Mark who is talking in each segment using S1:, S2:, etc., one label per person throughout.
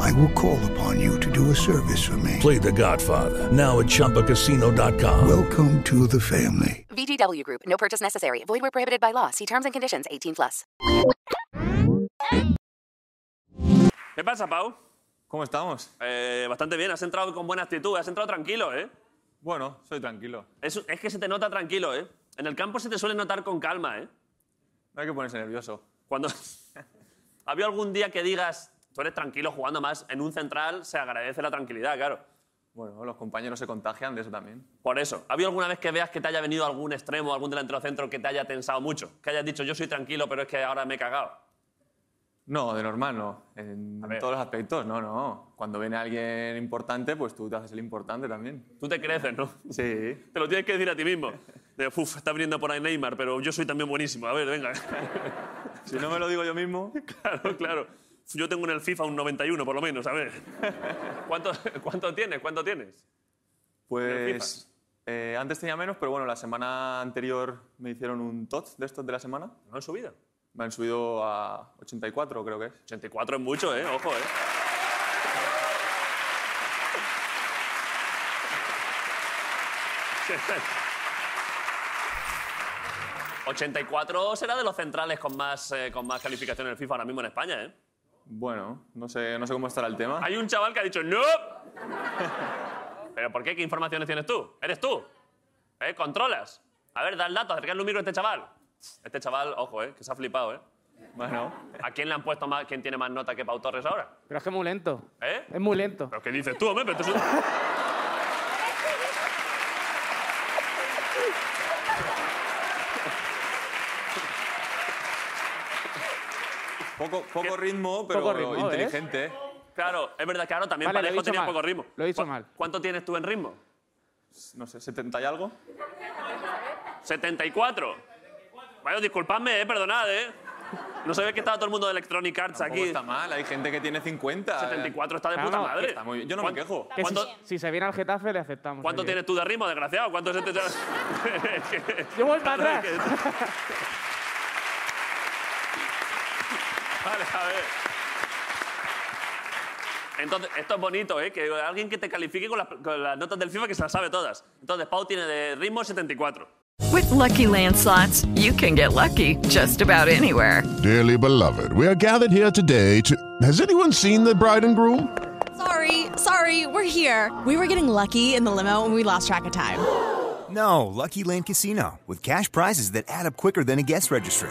S1: I will call upon you to do a service for me.
S2: Play the Godfather, now at Chumpacasino.com.
S1: Welcome to the family.
S3: VGW Group. No purchase necessary. Void where prohibited by law. See terms and conditions. 18 plus.
S4: ¿Qué pasa, Pau?
S5: ¿Cómo estamos?
S4: Eh, bastante bien, has entrado con buena actitud, has entrado tranquilo, ¿eh?
S5: Bueno, soy tranquilo.
S4: Es, es que se te nota tranquilo, ¿eh? En el campo se te suele notar con calma, ¿eh?
S5: No hay que ponerse nervioso.
S4: Cuando... ¿Había algún día que digas, tú eres tranquilo jugando más en un central, se agradece la tranquilidad, claro?
S5: Bueno, los compañeros se contagian de eso también.
S4: Por eso, ¿ha habido alguna vez que veas que te haya venido algún extremo, algún delantero centro que te haya tensado mucho? Que hayas dicho, yo soy tranquilo, pero es que ahora me he cagado.
S5: No, de normal no. En
S4: A ver.
S5: todos los aspectos, no, no. Cuando viene alguien importante, pues tú te haces el importante también.
S4: Tú te creces, ¿no?
S5: Sí.
S4: Te lo tienes que decir a ti mismo. De, "Uf, está viniendo por ahí Neymar, pero yo soy también buenísimo. A ver, venga.
S5: Si no me lo digo yo mismo,
S4: claro, claro. Yo tengo en el FIFA un 91, por lo menos, a ver. ¿Cuánto, cuánto tienes? ¿Cuánto tienes?
S5: pues... eh, antes tenía menos, pero bueno, la semana anterior me hicieron un TOTS de estos de la semana.
S4: No han subido.
S5: Me han subido a 84, creo que es.
S4: 84 es mucho, ¿eh? Ojo, ¿eh? ¿84 será de los centrales con más, eh, con más calificación en el FIFA ahora mismo en España, eh?
S5: Bueno, no sé, no sé cómo estará el tema.
S4: Hay un chaval que ha dicho ¡No! ¿Pero por qué? ¿Qué informaciones tienes tú? ¿Eres tú? ¿Eh? ¿Controlas? A ver, da el dato, acerca el número a este chaval. Este chaval, ojo, ¿eh? Que se ha flipado, ¿eh?
S5: Bueno,
S4: ¿A quién le han puesto más, quién tiene más nota que Pau Torres ahora?
S6: Pero es que es muy lento.
S4: ¿Eh?
S6: Es muy lento.
S4: ¿Pero qué dices tú, hombre? Pero tú eres un-
S5: poco, poco ritmo, pero
S6: Poco ritmo, ¿ves?
S5: inteligente.
S4: Claro, es verdad, claro, también
S6: Vale, lo he
S4: Parejo
S6: dicho
S4: tenía
S6: mal.
S4: poco ritmo.
S6: Lo he dicho
S4: ¿Cu-
S6: mal.
S4: ¿Cuánto tienes tú en ritmo?
S5: No sé, 70 y algo.
S4: 74. Vaya, disculpadme, eh, perdonad, eh. No sabía que estaba todo el mundo de Electronic Arts
S5: Tampoco
S4: aquí.
S5: está mal, hay gente que tiene eh. 50.
S4: 74 está de
S6: Claro,
S4: puta
S6: no,
S4: madre.
S5: está muy bien. Yo no me
S4: ¿Cuánto-
S5: quejo.
S6: Que si,
S4: ¿Cuánto,
S6: si se viene al Getafe, le aceptamos.
S4: cuánto
S6: oye.
S4: tienes tú de ritmo, desgraciado? ¿Cuánto se te...
S6: Yo voy para atrás.
S4: Vale, a ver. Entonces, esto es bonito, ¿eh? Que alguien que te califique con las, con las notas del FIFA que se las sabe todas. Entonces, Pau tiene de ritmo 74.
S7: With Lucky Land slots, you can get lucky just about anywhere.
S8: Dearly beloved, we are gathered here today to. Has anyone seen the bride and groom?
S9: Sorry, sorry, we're here. We were getting lucky in the limo and we lost track of time.
S10: No, Lucky Land Casino, with cash prizes that add up quicker than a guest registry.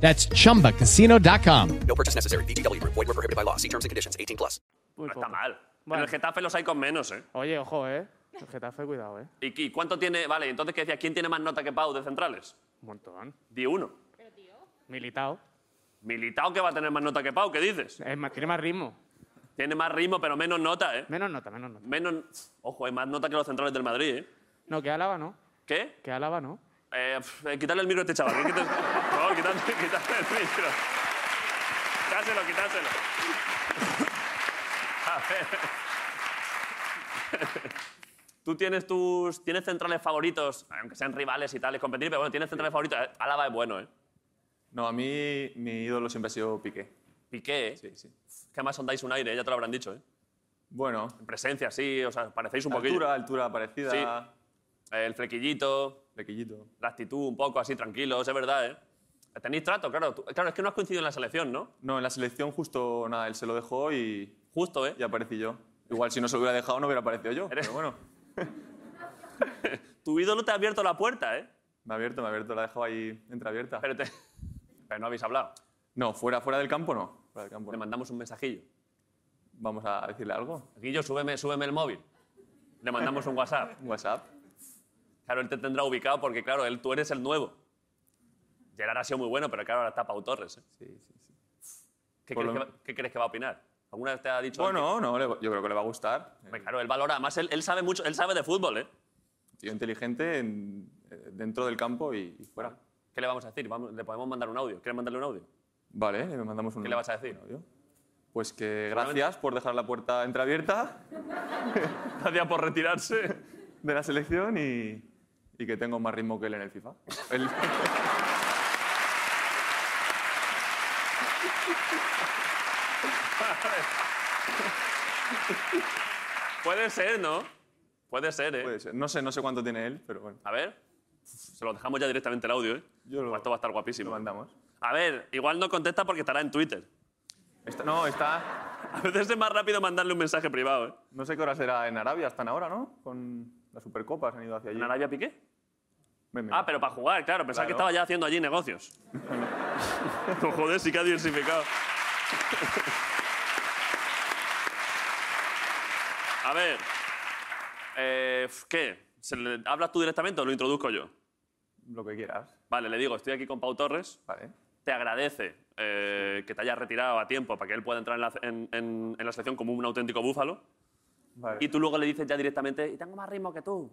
S6: That's chumbacasino.com.
S11: No purchase necessary. BGW. Void were prohibited by law. See terms and conditions. 18 plus.
S4: No está mal. En el Getafe los hay con menos, ¿eh?
S12: Oye, ojo, ¿eh? El Getafe, cuidado, ¿eh?
S4: ¿Y, y cuánto tiene? Vale, entonces, ¿qué decías? ¿Quién tiene más nota que Pau de centrales?
S12: Un montón.
S4: Di uno.
S12: Militao.
S4: Militao que va a tener más nota que Pau, ¿qué dices?
S12: tiene más ritmo.
S4: Tiene más ritmo, pero menos nota, ¿eh?
S12: Menos nota, menos nota.
S4: Menos. Ojo, hay más nota que los centrales del Madrid, ¿eh?
S12: No, que Álava no.
S4: ¿Qué?
S12: Que Álava no.
S4: Eh, pf, eh, quitarle el micro a este chaval. ¿eh? Quita- Por favor, quitadle, quitadle el micro. Quitáselo, quitáselo. A ver. Tú tienes tus. Tienes centrales favoritos, aunque sean rivales y tales, competir, pero bueno, tienes centrales favoritos. Álava es bueno, ¿eh?
S5: No, a mí mi ídolo siempre ha sido Piqué.
S4: Piqué, ¿eh?
S5: Sí, sí.
S4: Que además son dais un aire, ya te lo habrán dicho, ¿eh?
S5: Bueno,
S4: En presencia, sí, o sea, parecéis un poquillo.
S5: altura, altura parecida.
S4: Sí. El flequillito. La actitud un poco así, tranquilos, es verdad, ¿eh? Tenéis trato, claro. Tú- claro, es que no has coincidido en la selección, ¿no?
S5: No, en la selección justo nada, él se lo dejó y.
S4: Justo, ¿eh?
S5: Y aparecí yo. Igual si no se lo hubiera dejado no hubiera aparecido yo. Pero bueno,
S4: Tu ídolo te ha abierto la puerta, ¿eh?
S5: me ha abierto, me ha abierto, la he dejado ahí entreabierta.
S4: Pero, te- pero no habéis hablado.
S5: No, fuera, fuera del campo no. Fuera del campo
S4: Le mandamos un mensajillo.
S5: Vamos a decirle algo.
S4: Guillo, súbeme, súbeme el móvil. Le mandamos un WhatsApp.
S5: Un WhatsApp.
S4: Claro, él te tendrá ubicado porque, claro, él, tú eres el nuevo. Gerard ha sido muy bueno, pero claro, ahora está Pau Torres. ¿eh?
S5: Sí, sí, sí.
S4: ¿Qué,
S5: Por
S4: crees,
S5: lo-
S4: que va, qué crees que va a opinar? ¿Alguna vez te ha dicho algo?
S5: Bueno, no, le- yo creo que le va a gustar.
S4: Hombre, Claro, él valora. Además, él, él sabe mucho, él sabe de fútbol, ¿eh?
S5: Tío inteligente en- eh, dentro del campo y, y fuera.
S4: ¿Qué le vamos a decir? Vamos- ¿Le podemos mandar un audio? ¿Quieres mandarle un audio?
S5: Vale, le mandamos un.
S4: ¿Qué le vas a decir?
S5: Pues que gracias por dejar la puerta entreabierta
S4: Gracias por retirarse.
S5: de la selección y, y que tengo más ritmo que él en el FIFA. Él-
S4: Puede ser, ¿no? Puede ser, ¿eh?
S5: puede ser. No sé, no sé cuánto tiene él, pero bueno.
S4: A ver. Se lo dejamos ya directamente el audio, ¿eh? Pues Esto va a estar guapísimo. Lo mandamos. A ver, igual no contesta porque estará en Twitter.
S5: no, está...
S4: A veces es más rápido mandarle un mensaje privado, ¿eh?
S5: No sé qué hora será en Arabia, están ahora, ¿no? Con la Supercopa se han ido hacia allí.
S4: ¿En Arabia Piqué?
S5: Ven, ven.
S4: Ah, pero para jugar, claro. Pensaba que
S5: Claro.
S4: estaba ya haciendo allí negocios. Pues Joder, sí que ha diversificado. A ver. eh, ¿Qué? ¿Se le- ¿Hablas tú directamente o lo introduzco yo?
S5: Lo que quieras.
S4: Vale, le digo, estoy aquí con Pau Torres.
S5: Vale.
S4: Te agradece eh, que te hayas retirado a tiempo para que él pueda entrar en la, en- en- en la selección como un auténtico búfalo.
S5: Vale.
S4: Y tú luego le dices ya directamente, y tengo más ritmo que tú.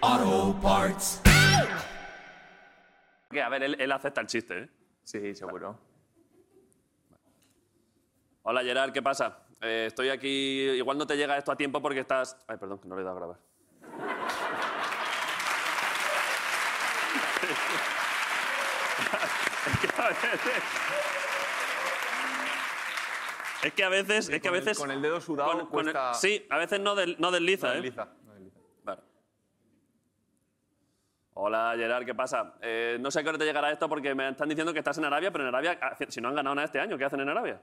S11: Auto Parts.
S4: Que, a ver, él, él acepta el chiste, ¿eh?
S5: Sí, seguro.
S4: Hola, Gerard, ¿qué pasa? Eh, estoy aquí... Igual no te llega esto a tiempo porque estás... Ay, perdón, que no le he dado a grabar. Es que a veces- Es que a veces... Es que a
S5: con el-
S4: veces
S5: con el dedo sudado cuesta-
S4: sí, a veces no, del- no desliza,
S5: No
S4: ¿eh?
S5: desliza,
S4: Vale. Hola, Gerard, ¿qué pasa? Eh, no sé a qué hora te llegará esto porque me están diciendo que estás en Arabia, pero en Arabia, ah, si no han ganado nada este año, ¿qué hacen en Arabia?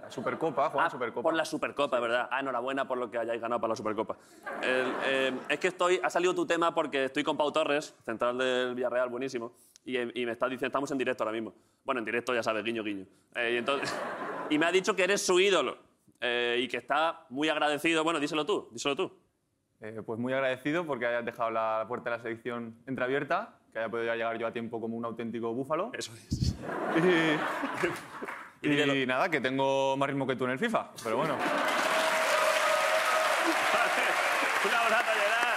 S5: La Supercopa, Juan,
S4: Ah,
S5: Supercopa.
S4: Por la Supercopa, ¿verdad? Ah, enhorabuena por lo que hayáis ganado para la Supercopa. El, eh, es que estoy, ha salido tu tema porque estoy con Pau Torres, central del Villarreal, buenísimo, y, eh, y me está diciendo, estamos en directo ahora mismo. Bueno, en directo ya sabes, guiño, guiño. Eh, y, entonces, y me ha dicho que eres su ídolo eh, y que está muy agradecido. Bueno, díselo tú, díselo tú.
S5: Eh, pues muy agradecido porque hayas dejado la puerta de la selección entreabierta que haya podido llegar yo a tiempo como un auténtico búfalo.
S4: Eso es. Eh.
S5: Y, y nada, que tengo más ritmo que tú en el FIFA, pero bueno.
S4: Un abrazo, Gerard.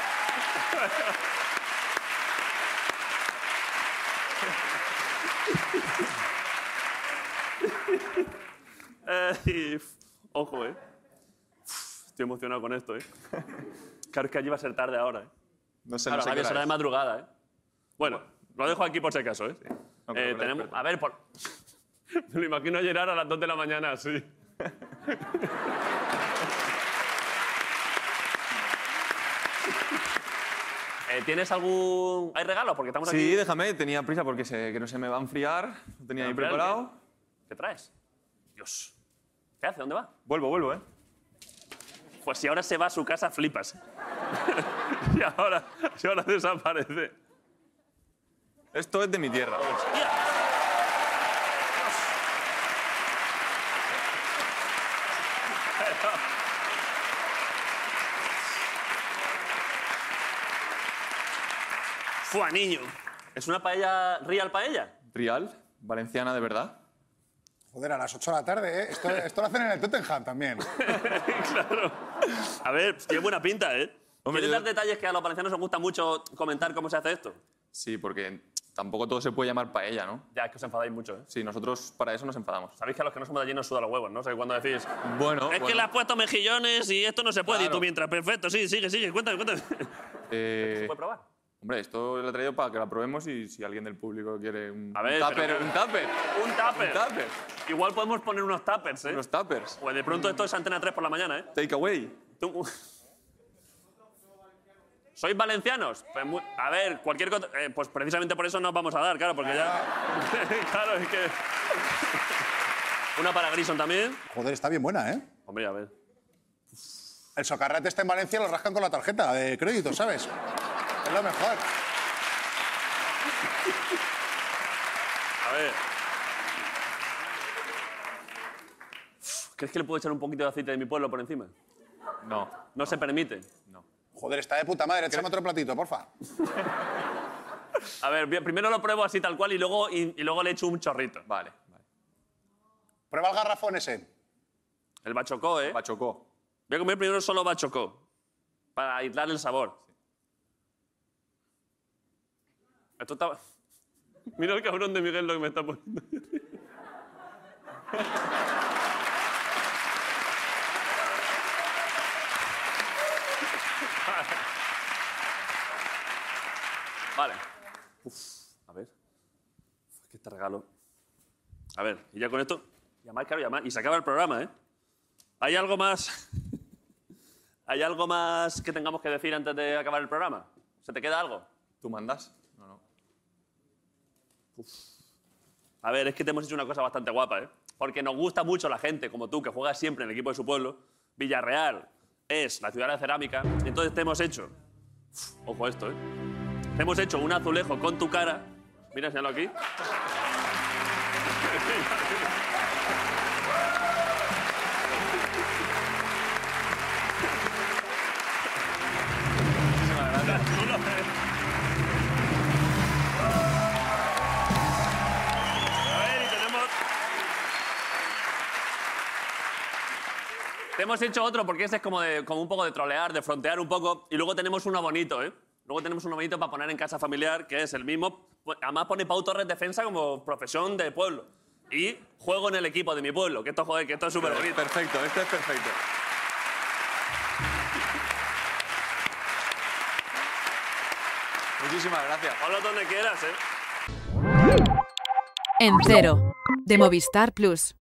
S4: Eh, y, pf, ojo, ¿eh? Pf, Estoy emocionado con esto, ¿eh? Claro, es que allí va a ser tarde ahora, ¿eh?
S5: No sé,
S4: Claro,
S5: no sé qué
S4: Gaby,
S5: hora
S4: será de
S5: es.
S4: madrugada, ¿eh? Bueno, lo dejo aquí por si acaso, ¿eh?
S5: no
S4: Eh,
S5: creo que
S4: tenemos, a ver, por... me lo imagino a Gerard a las 2 de la mañana, sí. Eh, ¿Tienes algún...? ¿Hay regalos? Porque estamos aquí...
S5: Sí, déjame, tenía prisa porque sé que no se me va a enfriar, lo tenía ahí
S4: Espera,
S5: preparado.
S4: ¿Qué, ¿Qué traes? Dios. ¿Qué hace? ¿Dónde va?
S5: Vuelvo, vuelvo, ¿eh?
S4: Pues si ahora se va a su casa, flipas. si, ahora, si ahora desaparece.
S5: Esto es de mi tierra.
S4: Fua, niño. ¿Es una paella real paella?
S5: Real, valenciana de verdad.
S13: Joder, a las 8 de la tarde, ¿eh? Esto, esto lo hacen en el Tottenham también.
S4: A ver, tiene buena pinta, ¿eh?
S5: Hombre,
S4: Tiene
S5: yo-
S4: dar detalles que a los valencianos nos gusta mucho comentar cómo se hace esto.
S5: Sí, porque tampoco todo se puede llamar paella, ¿no?
S4: Ya, es que os enfadáis mucho, ¿eh?
S5: Sí, nosotros para eso nos enfadamos.
S4: Sabéis que a los que no somos de allí nos suda los huevos, ¿no? O sea, que cuando decís...
S5: Bueno,
S4: es que
S5: bueno,
S4: le has puesto mejillones y esto no se puede. Y
S5: Claro.
S4: tú mientras, perfecto, sí, sigue, sigue, cuéntame, cuéntame.
S5: eh,
S4: ¿Se puede probar?
S5: Hombre, esto lo he traído para que lo probemos y si alguien del público quiere un,
S4: A ver,
S5: un tupper,
S4: pero-
S5: un tupper.
S4: Un tupper.
S5: Un tupper.
S4: Igual podemos poner unos tuppers, ¿eh?
S5: Unos tuppers.
S4: Pues de pronto esto es Antena 3 por la mañana, ¿eh?
S5: Take away.
S4: Tú- ¿Sois valencianos? Pues mu- a ver, cualquier cosa... eh, pues precisamente por eso nos vamos a dar, claro, porque ya... claro, es que... Una para Grison también.
S13: Joder, está bien buena, ¿eh?
S4: Hombre, a ver.
S13: El socarrate está en Valencia, lo rascan con la tarjeta de crédito, ¿sabes? Es lo mejor.
S4: A ver. Uf, ¿Crees que le puedo echar un poquito de aceite de mi pueblo por encima?
S5: No.
S4: No se permite.
S13: Joder, está de puta madre, échame otro platito, porfa.
S4: A ver, bien, primero lo pruebo así tal cual y luego, y, y luego le echo un chorrito.
S5: Vale.
S13: Prueba el garrafón ese.
S4: El bachocó, ¿eh?
S5: Bachocó.
S4: Voy a comer primero solo bachocó. Para aislar el sabor. Esto está... Mira el cabrón de Miguel lo que me está poniendo. Vale. Uf, a ver. Uf, que te regalo. A ver, y ya con esto. Y además, claro, y además- Y se acaba el programa, ¿eh? ¿Hay algo más. ¿Hay algo más que tengamos que decir antes de acabar el programa? ¿Se te queda algo?
S5: ¿Tú mandas? No, no.
S4: A ver, es que te hemos hecho una cosa bastante guapa, ¿eh? Porque nos gusta mucho la gente como tú, que juega siempre en el equipo de su pueblo. Villarreal es la ciudad de la cerámica. Entonces te hemos hecho. Uf, Ojo a esto, ¿eh? Te hemos hecho un azulejo con tu cara. Mira, enséñalo aquí. Te hemos hecho otro porque este es como, de, como un poco de trolear, de frontear un poco. Y luego tenemos uno bonito, ¿eh? Luego tenemos uno bonito para poner en casa familiar, que es el mismo. Pues, Además pone Pau Torres Defensa como profesión de pueblo. Y juego en el equipo de mi pueblo, que esto, joder, que esto es súper bonito.
S5: Perfecto, este es perfecto. Muchísimas gracias.
S4: Hola donde quieras, ¿eh?
S14: En Cero, de Movistar Plus.